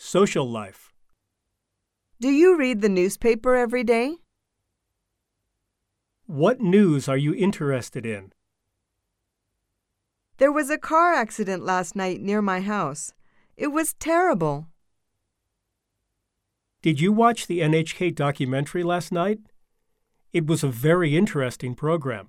Social life. Do you read the newspaper every day? What news are you interested in? There was a car accident last night near my house. It was terrible. Did you watch the NHK documentary last night? It was a very interesting program.